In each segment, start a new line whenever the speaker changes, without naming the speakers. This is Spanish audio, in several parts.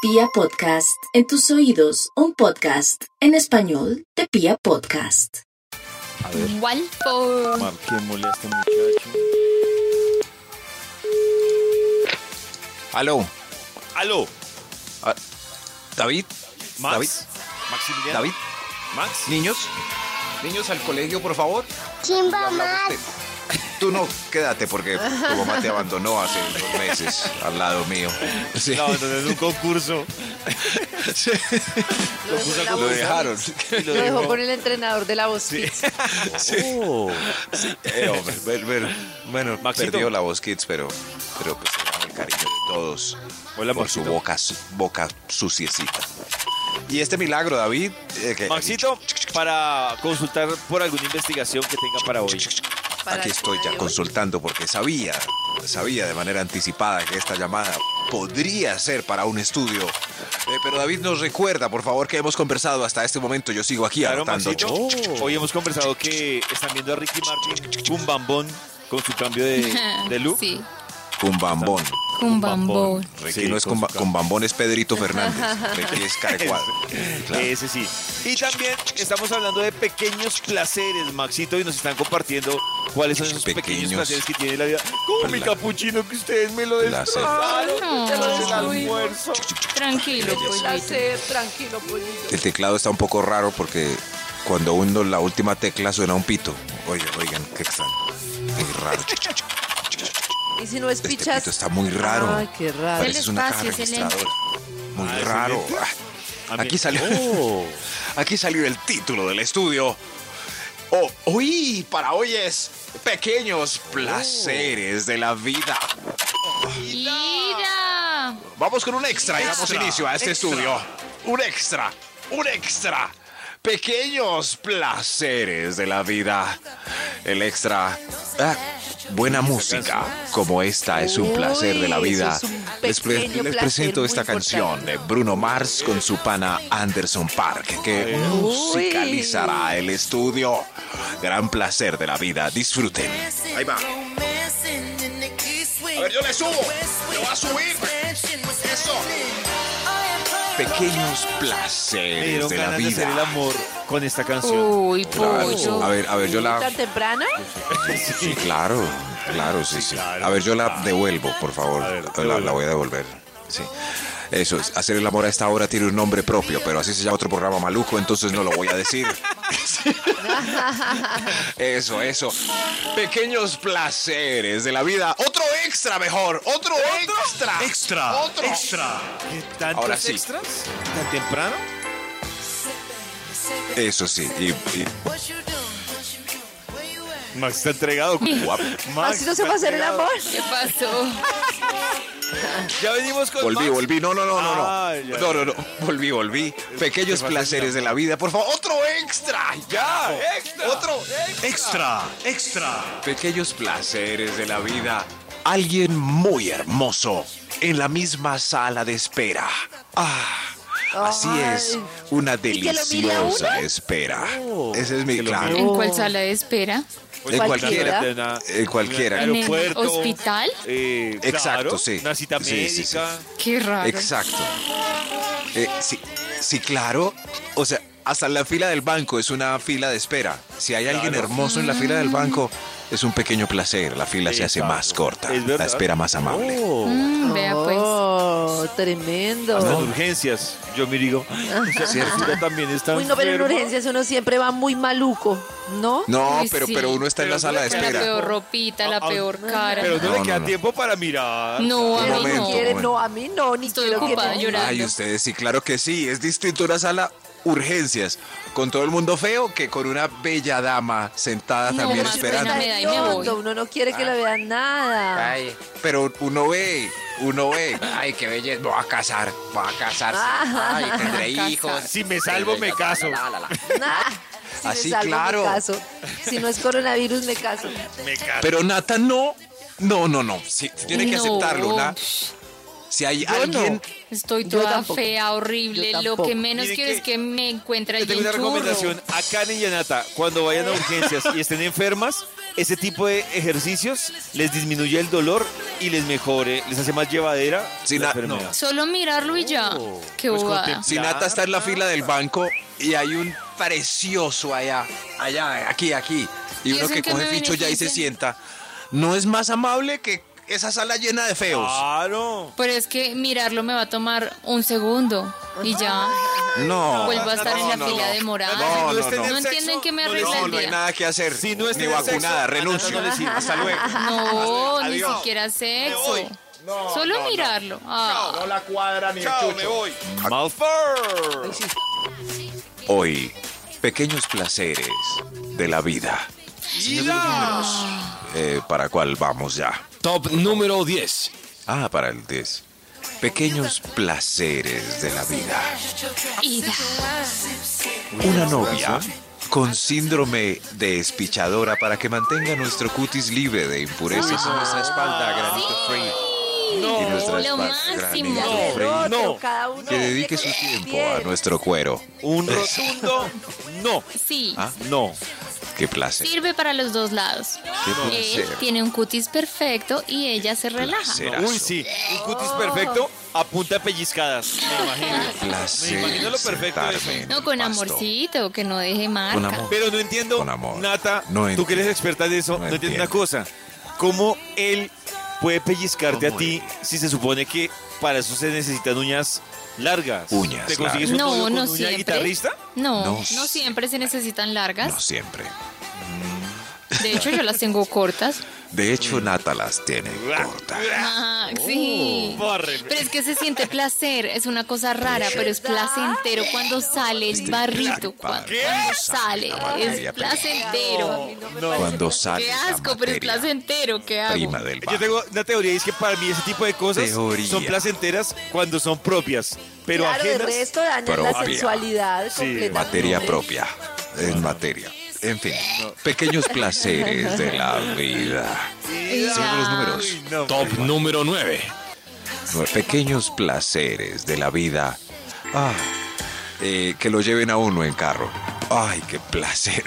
Pia Podcast, en tus oídos, un podcast en español de Pia Podcast.
A ver,
Walford.
marquémosle a este muchacho.
Aló,
Aló,
David,
Max.
David.
Maximiliano.
David,
Max.
niños, niños al colegio, por favor.
Chimba
Habla
más.
usted. Tú no, quédate porque tu mamá te abandonó hace dos meses al lado mío. Sí,
No, entonces es un concurso.
sí,
Lo dejó la
lo
voz.
dejaron. Eh,
Y lo
Lo dejó
dijo.
con el entrenador de la voz.
Oh.
Eh, hombre, bueno, bueno, bueno,
Maxito.
perdió la voz Kids, pero, pero pues se ganó el cariño de todos
Hola,
por su
Maxito.
boca, su- boca suciecita. Y este milagro, David. eh, que-
Maxito, para consultar por alguna investigación que tenga para hoy.
Aquí estoy ya consultando porque sabía, sabía de manera anticipada que esta llamada podría ser para un estudio. Eh, pero David nos recuerda, por favor, que hemos conversado hasta este momento. Yo sigo aquí
Claro,
anotando.
Maxito. Hoy hemos conversado que están viendo a Ricky Martin un bambón con su cambio de, de look.
Sí.
Cumbambón.
Cumbambón.
Ricky
Sí,
no es
con su
cumba-
cambio.
Cumbambón, es Pedrito Fernández. Ricky es Carecuadro. Claro.
Eh, Ese sí. Y también estamos hablando de pequeños placeres, Maxito, y nos están compartiendo cuáles son esos pequeños,
Pequeños.
placeres que tiene la vida. Como mi capuchino que ustedes me lo destrozaron.
Ay,
ya lo
no.
destrozaron, el almuerzo.
Tranquilo, pollito.
Placer, tranquilo, pollito.
El teclado está un poco raro porque cuando uno la última tecla suena un pito. Oigan, oigan, qué extraño. Muy raro.
Y si no es
Este
pichas.
pito está muy raro. Pues,
Ay, qué raro.
Parece una caja
espacio, es el
registradora. Muy
Ah, ¿es el
raro.
lente?
Ah,
A mí- Oh.
aquí salió. Aquí salió el título del estudio. Oh, hoy para hoy es pequeños
Oh.
placeres de la vida.
Mira.
Vamos con un extra y damos
Extra,
inicio a este
extra.
estudio. Un extra, un extra. Pequeños placeres de la vida. El extra. ah, buena música como esta es un placer de la
Uy, eso
vida.
es un
Les, pre-
pequeño
les
placer
presento
muy
esta canción de
importante.
Bruno Mars con su pana Anderson Park que musicalizará el estudio. Gran placer de la vida. Disfruten. Ahí va. A ver, yo le subo. Yo voy a subir. Eso. Pequeños
Me
placeres
dieron
de la
ganas de hacer el
vida.
amor con esta
Uh.
canción.
Uy,
Claro. A
pollo.
ver, a ver, yo la.
¿Tan temprana?
pues, Sí, claro, claro, sí, sí. A ver, yo la devuelvo, por favor. La, la voy a devolver. Sí. Eso, es, hacer el amor a esta hora tiene un nombre propio, pero así se llama otro programa maluco, entonces no lo voy a decir. Sí. Eso, eso. Pequeños placeres de la vida. Otro extra mejor, otro, extra.
Extra.
Otro.
Extra. ¿Qué tantos
Ahora sí.
extras? ¿Tan temprano?
Eso sí, y, y
Max está entregado.
guapo.
Max
Así no
pues,
está
se va a hacer el
entregado.
amor.
¿Qué pasó?
Ya venimos con
Volví,
Max.
volví. No, no, no, no,
Ah, ya.
no. No, no, no. Volví, volví. Pequeños
Te falta
placeres de la vida. Por favor, otro extra. Ya.
extra.
Otro
Extra, extra.
Pequeños placeres de la vida. Alguien muy hermoso en la misma sala de espera. Ah, así
Ay.
es. Una
que lo mire a
deliciosa espera. Ese es mi
Oh, que lo
claro.
mire.
¿En cuál sala de espera?
En cualquiera.
De una-
En cualquiera.
de un aeropuerto,
¿En el hospital?
eh,
Exacto,
claro,
sí.
Una cita
Sí, sí, sí.
médica.
Qué raro.
Exacto. Eh, sí, sí, claro. O sea, hasta la fila del banco es una fila de espera. Si hay alguien
Claro.
hermoso en la fila del banco, es un pequeño placer. La fila se hace
Exacto.
más corta.
Es
La
verdad. Oh.
espera más amable.
Mm, vea pues.
Oh, tremendo.
Hasta en urgencias, yo me digo.
¿Cierto?
Yo también está
Uy, no, pero en
enferma.
urgencias uno siempre va muy maluco, ¿no?
No,
Uy,
pero,
sí.
pero uno está en
Pero
la sala de
no le
La
espera.
peor ropita, la
Ah, ah,
peor cara.
Pero no,
No,
le
no,
queda
no.
tiempo para mirar.
No, a mí
Pero ni
momento,
no.
quiere,
momento.
no, a mí no, ni
Estoy
quiero que
ocupada,
me-
yo- llorando.
Ay, ustedes sí, claro que sí. Es distinto una sala urgencias con todo el mundo feo que con una bella dama sentada
No,
también
más
esperando.
pena me da y me voy.
Uno no quiere
Ah.
que le vean nada.
Ay,
Pero uno ve, uno ve.
ay, qué belleza. Me voy a casar, me voy a casar. Ay, tendré
Me voy a
hijos.
casar.
Si me salvo, me caso.
La, la, la, la.
Nah, si me
Ah, Así,
salvo, me
claro.
caso. Si no es coronavirus, me caso.
Me caso.
Pero Nata no. No, no, no. Sí, tiene que
No.
aceptarlo. Na- Si hay
no.
alguien,
Estoy
Yo
toda
tampoco.
fea,
Yo
horrible. Lo
tampoco.
que menos
Mire
quiero
que-
es que me encuentre
Yo
alguien
tengo una
churro.
recomendación a Karen y a Nata. Cuando vayan a urgencias y estén enfermas, ese tipo de ejercicios les disminuye el dolor y les mejore, les hace más llevadera
Sí,
la
na- no.
enfermedad.
Solo mirarlo y ya. Qué
Pues
bobada.
contempla-
si Nata está en la fila del banco y hay un precioso allá, allá, aquí, aquí, y
¿Y
uno
eso
que
en qué
coge
me
ficho ya y se
beneficia?
sienta, no es más amable que esa sala llena de feos.
Claro.
Pero es que mirarlo me va a tomar un segundo y ya
No.
vuelvo a estar en la
no,
fila
no.
de morada.
No,
No,
no, no.
No,
entienden que me
no,
arregla
No,
el
no hay
día.
nada que hacer.
Si no es
Ni
tener
vacunada,
sexo,
renuncio.
a Nata no le sirve.
Hasta luego.
No, ni
Adiós.
siquiera sexo.
voy.
Solo mirarlo. Ah,
No la cuadra ni el
Chao,
chucho.
me voy. Malfour.
Hoy, pequeños placeres de la vida. Señor de los números, eh, ¿Para cuál vamos ya?
Top número 10.
Ah, para el 10. Pequeños placeres de la vida.
ida.
Una novia con síndrome de espichadora para que mantenga nuestro cutis libre de impurezas en nuestra espalda, granito free. y nuestra
lo
espalda,
máximo.
granito free.
Otro,
No.
cada uno
Que dedique su tiempo a
Bien.
nuestro cuero.
Un rotundo no.
Sí,
Ah.
No.
Qué placer.
sirve para los dos lados.
Qué
Él
placer.
tiene un cutis perfecto y ella se relaja.
Placerazo.
Uy, sí. Un cutis perfecto a punta de pellizcadas. Me imagino.
Qué placer.
Me imagino lo perfecto de eso.
sentarme en
No,
el
con
pasto.
amorcito, que no deje
Con
marca.
amor.
Pero no entiendo,
Con amor.
Nata,
No
tú que eres
entiendo.
experta de eso,
No
no, entiendo
entiendo.
una cosa. ¿Cómo él puede pellizcarte a
¿Cómo
ti si se supone que para eso se necesitan uñas largas?
Uñas
¿Te consigues un novio
No,
con
no
uña de
siempre.
guitarrista?
No,
No
no
sé.
siempre se necesitan largas.
No siempre.
De hecho, yo las tengo cortas.
De hecho,
Mm.
Nata las tiene cortas.
Ajá, sí.
Oh.
Bórreme.
Pero es que se siente placer, es una cosa rara, pero es placentero cuando sale el barrito. Cuando,
¿Qué?
cuando sale,
La materia
es placentero.
Cuando sale
Qué
la
asco, pero es
materia
placentero, ¿qué hago?
Prima del
Yo
barrio.
tengo una teoría, es que para mí ese tipo de cosas
Teoría.
son placenteras cuando son propias, pero
claro, el
ajenas...
resto daña
propia.
la sensualidad completamente.
Materia propia. En materia. En fin. Pequeños placeres de la vida.
Ya.
Señor de los números.
Uy, no,
Top número 9.
Los pequeños placeres de la vida. Ah, eh, que lo lleven a uno en carro. Ay, qué placer.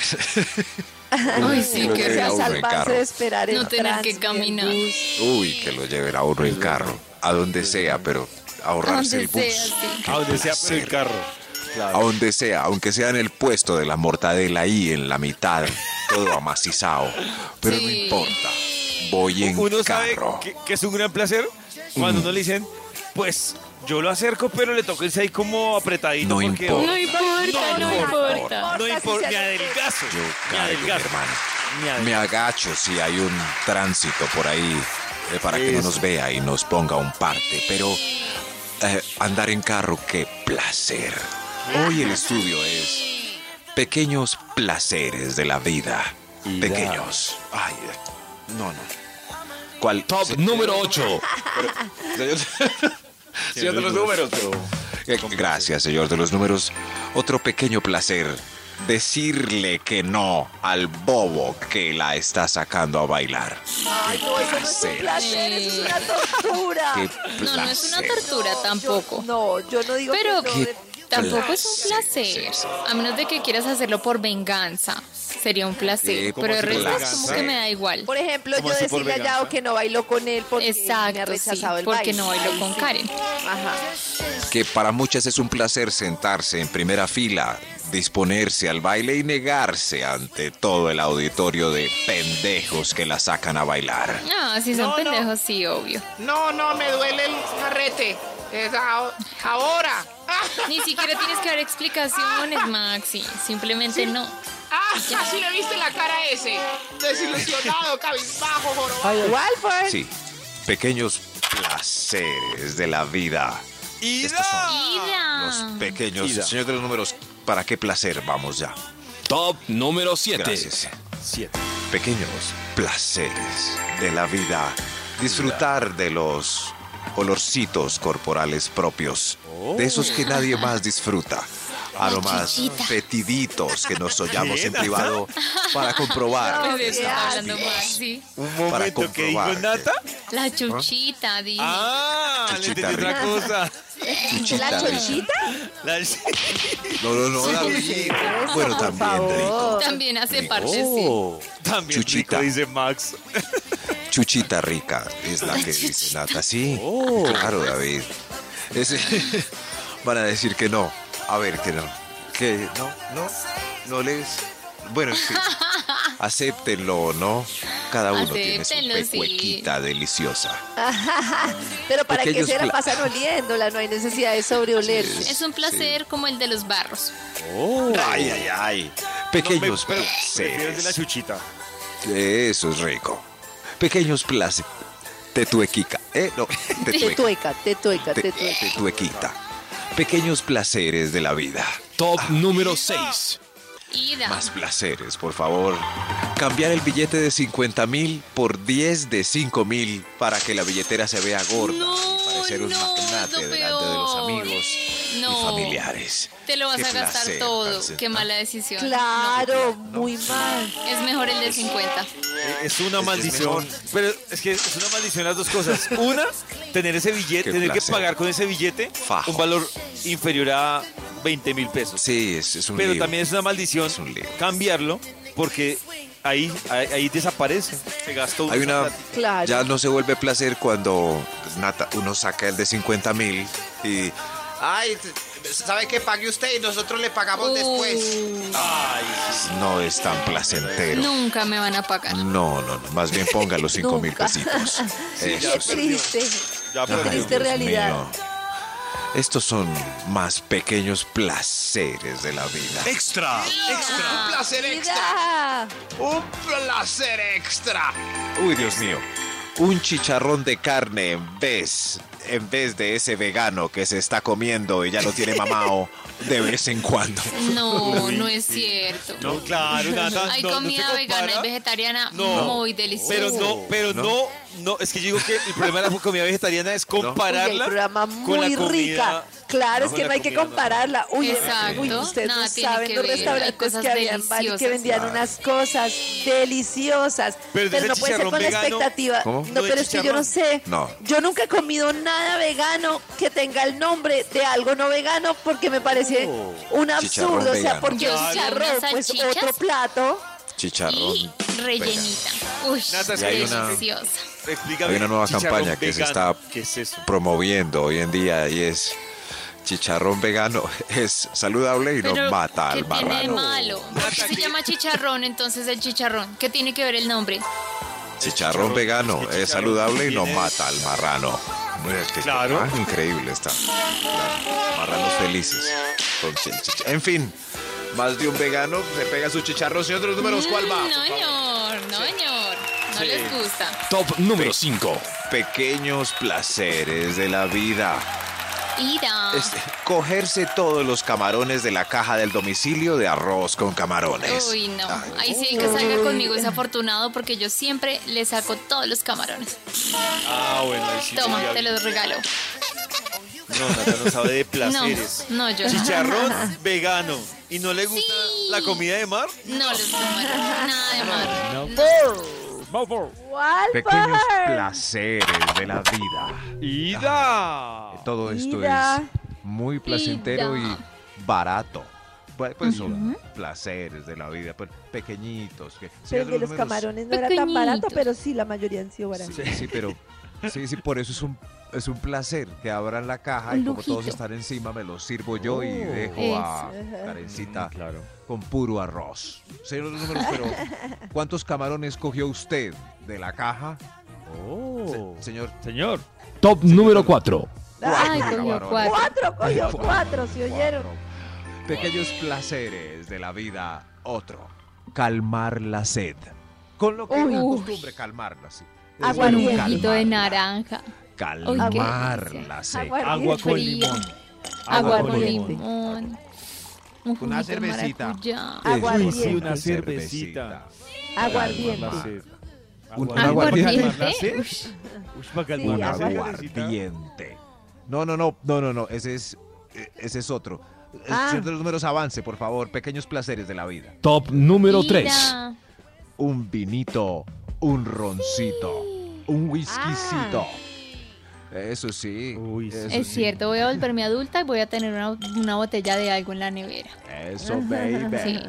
Ay, sí,
Lo
qué
que
lleven
sea
a uno en
salvarse
carro.
de esperar el
No tener que
tránsito,
caminar.
el bus.
Uy, que lo lleven a uno en carro. A donde sea, pero ahorrarse el
Donde
bus.
sea, sí.
Qué
A Ah, donde sea, pero
placer.
el carro.
a donde sea, aunque sea en el puesto de la mortadela ahí en la mitad, todo amacizado, pero no
Sí.
importa. Voy en
Uno sabe
carro.
que, que es un gran placer cuando uno le dicen, pues yo lo acerco, pero le toca irse ahí como apretadito
No
porque...
importa.
No importa, no,
No
importa.
importa.
No
Corta,
importa, me
si se hace
adelgazo.
Yo caigo,
Me
mi
adelgazo.
hermano.
Me adelgazo.
Me agacho si hay un tránsito por ahí eh, para que no nos vea y nos ponga un parte, pero eh, andar en carro, qué placer. Hoy el estudio es pequeños placeres de la vida. Pequeños. Ay, eh, no, no. ¿Cuál?
Top
Se-
número 8.
Señor, Señor de los números, pero- Eh, Gracias, señor de los números. Otro pequeño placer. Decirle que no al bobo que la está sacando a bailar.
Ay, no, eso no es
Placer.
un placer, eso es una tortura.
Qué
Ah, No, no es una
placer.
tortura tampoco.
Yo- no, yo no digo
Pero
que no,
Qué
tampoco es un
placer,
placer.
sí, sí.
A menos de que quieras hacerlo por venganza. Sería un placer.
Eh, ¿cómo
pero el
así por
resto es como
venganza?
que me da igual.
Por ejemplo, yo
¿Cómo así por
decirle a
venganza?
Yao que no bailó con él porque me ha
Exacto, sí,
rechazado el
porque
baile.
no bailo con
Sí.
Karen.
Ajá.
Que para muchas es un placer sentarse en primera fila, disponerse al baile y negarse ante todo el auditorio de pendejos que la sacan a bailar.
Ah, si son pendejos, sí, obvio.
No, no, me duele el carrete. Es a- ahora.
Ni siquiera tienes que dar explicaciones, Maxi. Simplemente no.
Ah, así le viste la cara a ese. Desilusionado, cabizbajo, jorobado.
Walford.
Sí, pequeños placeres de la vida. Estos son Los
Ida. Pues
pequeños,
Ida.
señor de los números, ¿para qué placer? Vamos ya.
Top número 7.
Gracias.
Siete.
Pequeños placeres de la vida. Disfrutar de los olorcitos corporales propios. De esos que nadie más disfruta. aromas
Chichita.
fetiditos que nos soñamos en privado para comprobar.
Pues de eso está hablando más, sí.
Un
Para
momento que dijo
comprobar.
Nata.
La chuchita, dije.
Ah, le
Chuchita
entendí otra
rica.
cosa.
Chuchita,
¿La
rico.
chochita?
La-
No, no, no, David. Bueno, también rico.
También hace parte, sí.
Oh,
También
Chuchita.
rico, dice Max.
chuchita rica es la que dice Nata. Sí,
Oh.
claro, David. Ese- van a decir que no. A ver, que no. Que no, no, no les... Bueno, en fin, acéptenlo, ¿no? Cada uno tiene su
Acéptenlo, sí.
pecuequita deliciosa.
Pero para qué
Pequeños
se la
pla-
pasan oliéndola, no hay necesidad de sobreolerse.
Es un placer como el de los barros.
Oh.
Oh.
Ay, ay, ay. Pequeños
Prefiero de la
placeres.
chuchita.
Eso es rico. Pequeños placeres. Tetuequica. Eh, no, tetueca.
Tetueca, tetueca,
Te-
tetueca.
Tetuequita. Pequeños placeres de la vida.
Top
Ah.
número 6.
Ida.
Más placeres, por favor. Cambiar el billete de 50 mil por 10 de 5 mil para que la billetera se vea gorda
No,
y parecer un
no, es
magnate
lo
delante de los
peor. eh.
amigos
No.
y familiares.
Te lo vas
Qué
a gastar
placer,
todo.
parce.
Qué mala decisión.
Claro, muy mal.
No, es mejor el de 50.
Eh, Es una
Es- es
maldición.
mejor.
Pero es que es una maldición las dos cosas. Una, tener ese billete,
Qué
tener que
placer.
pagar con ese billete
Fajo.
un valor inferior a 20 mil pesos.
Sí, es, es un
Pero
lío.
también es una maldición
Es un lío.
cambiarlo porque ahí, ahí, ahí desaparece. Se gastó
Hay una.
plata.
Claro.
Ya no se vuelve placer cuando Nata, uno saca el de 50 mil y.
Ay, sabe que pague usted y nosotros le pagamos después.
Uh,
No es tan placentero.
nunca me van a pagar.
No, no, no. Más bien ponga los 5 mil
Nunca.
pesitos.
Qué
Eso sí.
triste.
Ya,
Ay,
pero-
triste
Dios
realidad.
mío. Estos son más pequeños placeres de la vida.
Extra, extra. Un placer extra.
Mira.
Un placer extra.
Uy, Dios mío. Un chicharrón de carne en vez, en vez de ese vegano que se está comiendo y ya lo tiene mamao de vez en cuando.
No, no es cierto.
No, claro, nada.
Hay
no, no se
comida vegana y
compara.
vegetariana
No.
muy deliciosa.
Pero no, pero
¿No?
no, no, es que yo digo que el problema de la comida vegetariana es
Uy, el
compararla
programa
con la
muy
comida.
rica. Claro, es
con
que
la
no hay que
comida
compararla. Uy,
Exacto.
uy, ustedes
Nada
no
tiene
saben
que
los
ver. Hay
restaurantes
cosas
que había en Bali que
deliciosas.
vendían
Claro.
unas cosas deliciosas.
Pero
Pero,
ese
no puede ser
chicharrón
con la
vegano,
expectativa.
¿Cómo?
No,
¿no de
pero es que yo
chicharrón?
no sé.
No.
Yo nunca he comido nada vegano que tenga el nombre de algo no vegano porque me parece un
Chicharrón
absurdo. O sea,
vegano.
porque un
Claro.
chicharrón,
¿Unas
pues
salchichas?
otro plato.
Y
Chicharrón.
rellenita. Uy,
Nata, es
que hay una-
deliciosa.
Explícame,
Hay una nueva
chicharrón
campaña que se
vegano,
está-
¿Qué es eso?
Promoviendo hoy en día y es chicharrón vegano. Es saludable y no
Pero,
mata
¿qué
al
tiene de
barrano.
malo? ¿Por qué se llama chicharrón entonces el chicharrón? ¿Qué tiene que ver el nombre?
Chicharrón vegano
Es
es,
que chicharrón
saludable y no
tiene-
mata al marrano. Mira, es que-
Claro.
ah, increíble está. Claro, Marranos felices. con chil- chich- En fin, más de un vegano se pega su chicharrón. Señor de los números, ¿cuál va?
Mm, No, señor, no, señor. No les gusta.
Top número 5.
Pequeños placeres de la vida.
Ida.
Este, cogerse todos los camarones de la caja del domicilio de arroz con camarones.
Uy, no. Ahí sí el que salga conmigo es afortunado porque yo siempre le saco todos los camarones.
Ah, bueno, ahí sí.
Toma,
sí,
te
ya-
los regalo.
No, Nata no sabe de placeres.
No, no, yo no.
Chicharrón vegano. ¿Y no le gusta
Sí.
la comida de mar?
No los tomaron. Nada de malo.
¿Cuál?
Pequeños placeres de la vida.
¡Ida!
Todo esto
Vida.
es muy placentero
Vida.
y barato. Pues, pues son placeres de la vida, pero pequeñitos. Que,
Pero
Señor
el
de
de los
números,
camarones no era tan barato,
Pequeñitos.
pero sí, la mayoría han sido baratos.
Sí, sí, pero sí, sí, por eso es un es un placer que abran la caja
Un
y como todos
lujito.
están encima me los sirvo yo y dejo a Karencita
Mm,
con puro arroz. Señor de los números, pero ¿cuántos camarones cogió usted de la caja?
Oh.
Se- señor,
Oh. Señor.
Top número 4.
Cuatro
Ay, cogió
camarones.
cuatro.
Cuatro, cogió cuatro, ¿se oyeron?
Cuatro. Pequeños placeres de la vida. Otro. Calmar la sed. Con lo que es una
Uy.
costumbre calmarla, sí. Es
Agua
Con
bueno
un
Guardián.
poquito de
calmarla.
naranja.
Calmar
delicia.
la sed.
Aguardiente.
con limón. Agua con limón. Un
Una
juguito de
cervecita.
maracuyá.
Aguardiente.
sí, una cervecita.
Aguardiente.
Un, un
¿Aguardiente?
Sí,
Un
aguardiente.
aguardiente. No, no, no, no, no, no. e, Ese es, eh, ese es otro. El
Ah.
Señor de los números avance, por favor. Pequeños placeres de la vida.
Top número 3.
Mira.
Un vinito, un roncito, un whiskycito. Eso sí.
Uy,
eso
Es
sí.
cierto, voy a volverme adulta y voy a tener una, una botella de algo en la nevera.
Eso, baby.
Sí.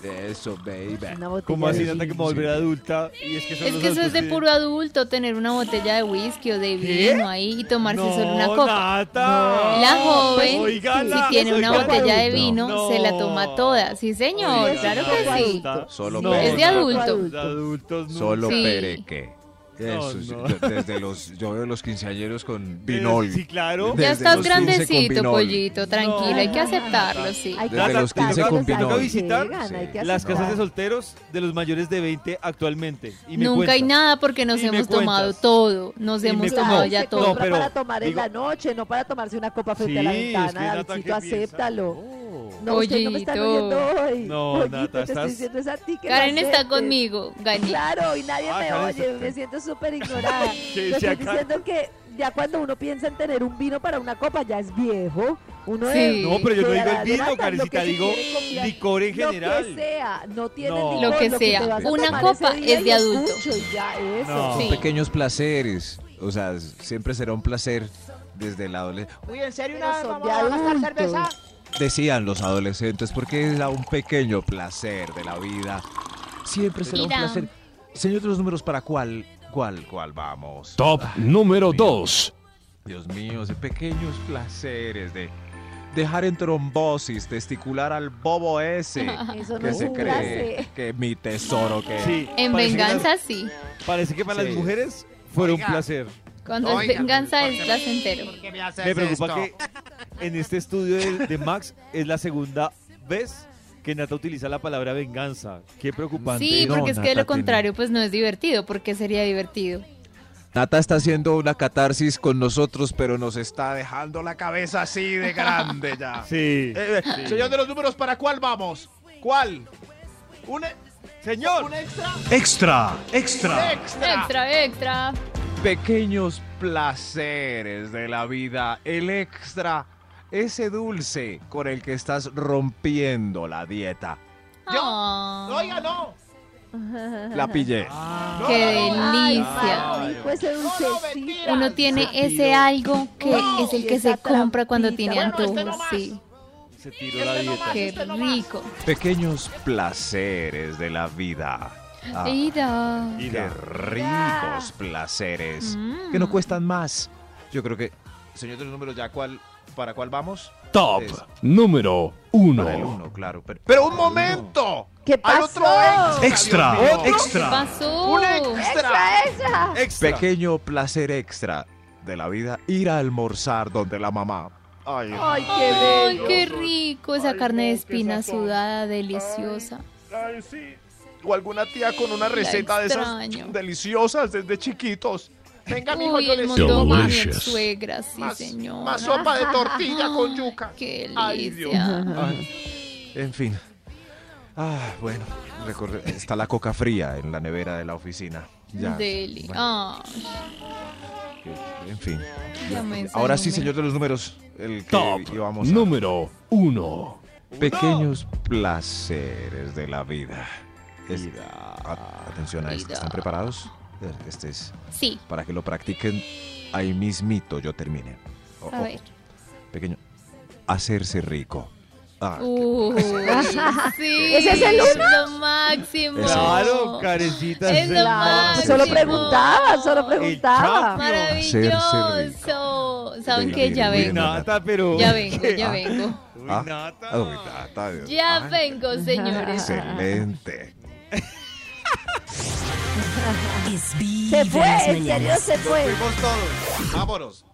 Eso, baby.
Una botella
¿Cómo así,
de
Nata, que me volveré adulta? Y es que, son
Es
los
que eso es
adultos
de puro adulto, tener una botella de whisky o de vino ahí y tomarse solo una copa.
Nata.
La joven,
Oígala,
si tiene una
oígala.
botella de
No.
vino, se la toma toda. Sí, señor,
Oiga,
claro
no,
que sí.
Nata.
Solo
No,
Es de
Nata,
adulto.
de adultos no.
Solo
Sí.
pereque.
No,
Eso sí.
no. Eh,
Yo- Desde los, yo veo los quinceañeros con vinol.
Sí, claro.
Desde
Ya estás
los 15
grandecito,
con vinol.
pollito, tranquilo, hay que
No.
aceptarlo, sí.
Hay que
Desde los
aceptar
15
que
con
los
Pinol.
años
Visitar
llegan, hay que
Las casas de
aceptar.
solteros de los mayores de 20 actualmente. Y me
Nunca hay
cuentas.
nada porque nos
Y me
hemos tomado
cuentas.
todo, nos
Y me
hemos
cuentas.
tomado
No,
ya
se
todo.
compra
pero
para tomar en
digo-
la noche, no para tomarse una copa frente a la
Sí, es
ventana,
que Nata,
Davidcito,
¿qué piensa?
acéptalo.
Oh.
No, usted no me está
Pollito.
oyendo hoy.
No, Nata,
te
estás-
estoy diciendo es a ti que lo
Karen está
aceptes.
conmigo, Gani.
Claro, y nadie
Ah,
me
Karen
oye,
está-
me siento súper ignorada.
Que
Te
se
estoy
acá-
diciendo que ya cuando uno piensa en tener un vino para una copa, ya es viejo. Uno
Sí.
es-
No, pero yo no digo
de la-
el
de la-
vino,
lo que
Karencita,
se
digo
quiere copiar.
licor en
Lo que
general.
sea, no tiene
No.
licor,
Lo
que
te
sea.
vas a
Una
tomar
copa
ese día
es
y
de adulto.
mucho, ya, eso.
No.
Sí.
Pequeños placeres. O sea, siempre será un placer desde la adolescencia.
Uy, ¿en serio
Pero
una vez
son
vamos
de
a gastar
adultos.
cerveza?
Decían los adolescentes, porque era un pequeño placer de la vida. Siempre será
Mira.
un placer. Señor de los números, ¿para cuál? ¿Cuál? ¿Cuál vamos?
Top
Ay,
número
Dios mío.
2.
Dios mío, de pequeños placeres de dejar en trombosis testicular al bobo ese
Eso no
que
es
se
un
cree
placer.
que mi tesoro que
Sí,
En
parece que
venganza sí,
las- parece que para
Sí.
las mujeres fuera
Oiga.
un placer.
cuando es
Oiga,
venganza
¿por
es
qué-
placentero.
¿Por qué me haces
Me preocupa
esto?
que en este estudio de, de Max es la segunda vez que Nata utiliza la palabra venganza. Qué preocupante.
Sí, porque es que de
Nata,
lo contrario pues no es divertido, porque sería divertido.
Nata está haciendo una catarsis con nosotros, pero nos está dejando la cabeza así de grande ya.
Ah, Sí.
Eh, eh, Señor de los números, ¿para cuál vamos? ¿Cuál? ¿Un, e-
Señor.
un extra?
Extra,
Un
extra.
extra.
Extra, extra.
Pequeños placeres de la vida, el extra, ese dulce con el que estás rompiendo la dieta.
Yo-
Ah,
Oiga, no.
La pillé.
¡Qué
Ay,
delicia!
tan rico ese dulcecito.
Uno tiene ese algo que es el que se compra cuando tiene
este
antojos, sí.
Se tiró la dieta.
¡Qué rico!
Pequeños placeres de la vida. Ah,
Ida.
qué ricos placeres que no
Mm.
cuestan más. Yo creo que, señor de los números, ¿ya cuál, para cuál vamos?
Top
Es-
número
Para el
1.
uno, claro. Pero, pero un momento.
¿Qué
Hay
pasó?
otro extra.
Extra,
Dios mío.
¿Qué
extra.
pasó?
Un extra.
Extra, extra.
Extra.
Pequeño placer extra de la vida, ir a almorzar donde la mamá. Ay,
Ay, qué
¡Ay,
bello.
qué rico! Esa carne de espina sudada, deliciosa.
O alguna tía con una
La
receta de esas
extraño.
deliciosas desde chiquitos. Venga, mijo,
Uy,
yo
el
les
Delicious.
mondongo de mi suegra, sí,
más,
señor.
más sopa de tortilla con yuca.
¡Qué
Ay, Dios.
delicia!
ay, en fin. Ah, bueno, recorre- está la coca fría en la nevera de la oficina. Ya,
Deli.
bueno,
Ah,
que- en fin.
ya me
Ahora sí,
desanimé.
señor de los números, el que
Top
íbamos a-
número 1.
Pequeños placeres de la vida. Es- a- atención a esto,
Vida.
¿están preparados? Este es
Sí,
para que lo practiquen ahí mismito yo termine. O-
a
o-
ver.
Pequeño. Hacerse rico. Ah,
Uh. Uy, sí.
¿Ese es el
lo máximo.
Claro, carecita.
Es lo máximo.
pues Solo preguntaba, solo preguntaba.
Hacerse
Maravilloso. ¿Saben qué? Ya
Miren,
vengo.
miren.
Nata, pero.
Ya vengo,
¿Qué?
ya vengo.
Uy,
Ah,
Nata.
ah, uy, Nata, Dios.
Ya
Ay,
vengo, señores.
Excelente.
Es vibra
Se
en las
fue, en
mañanas.
serio se fue.
Fuimos todos. Vámonos.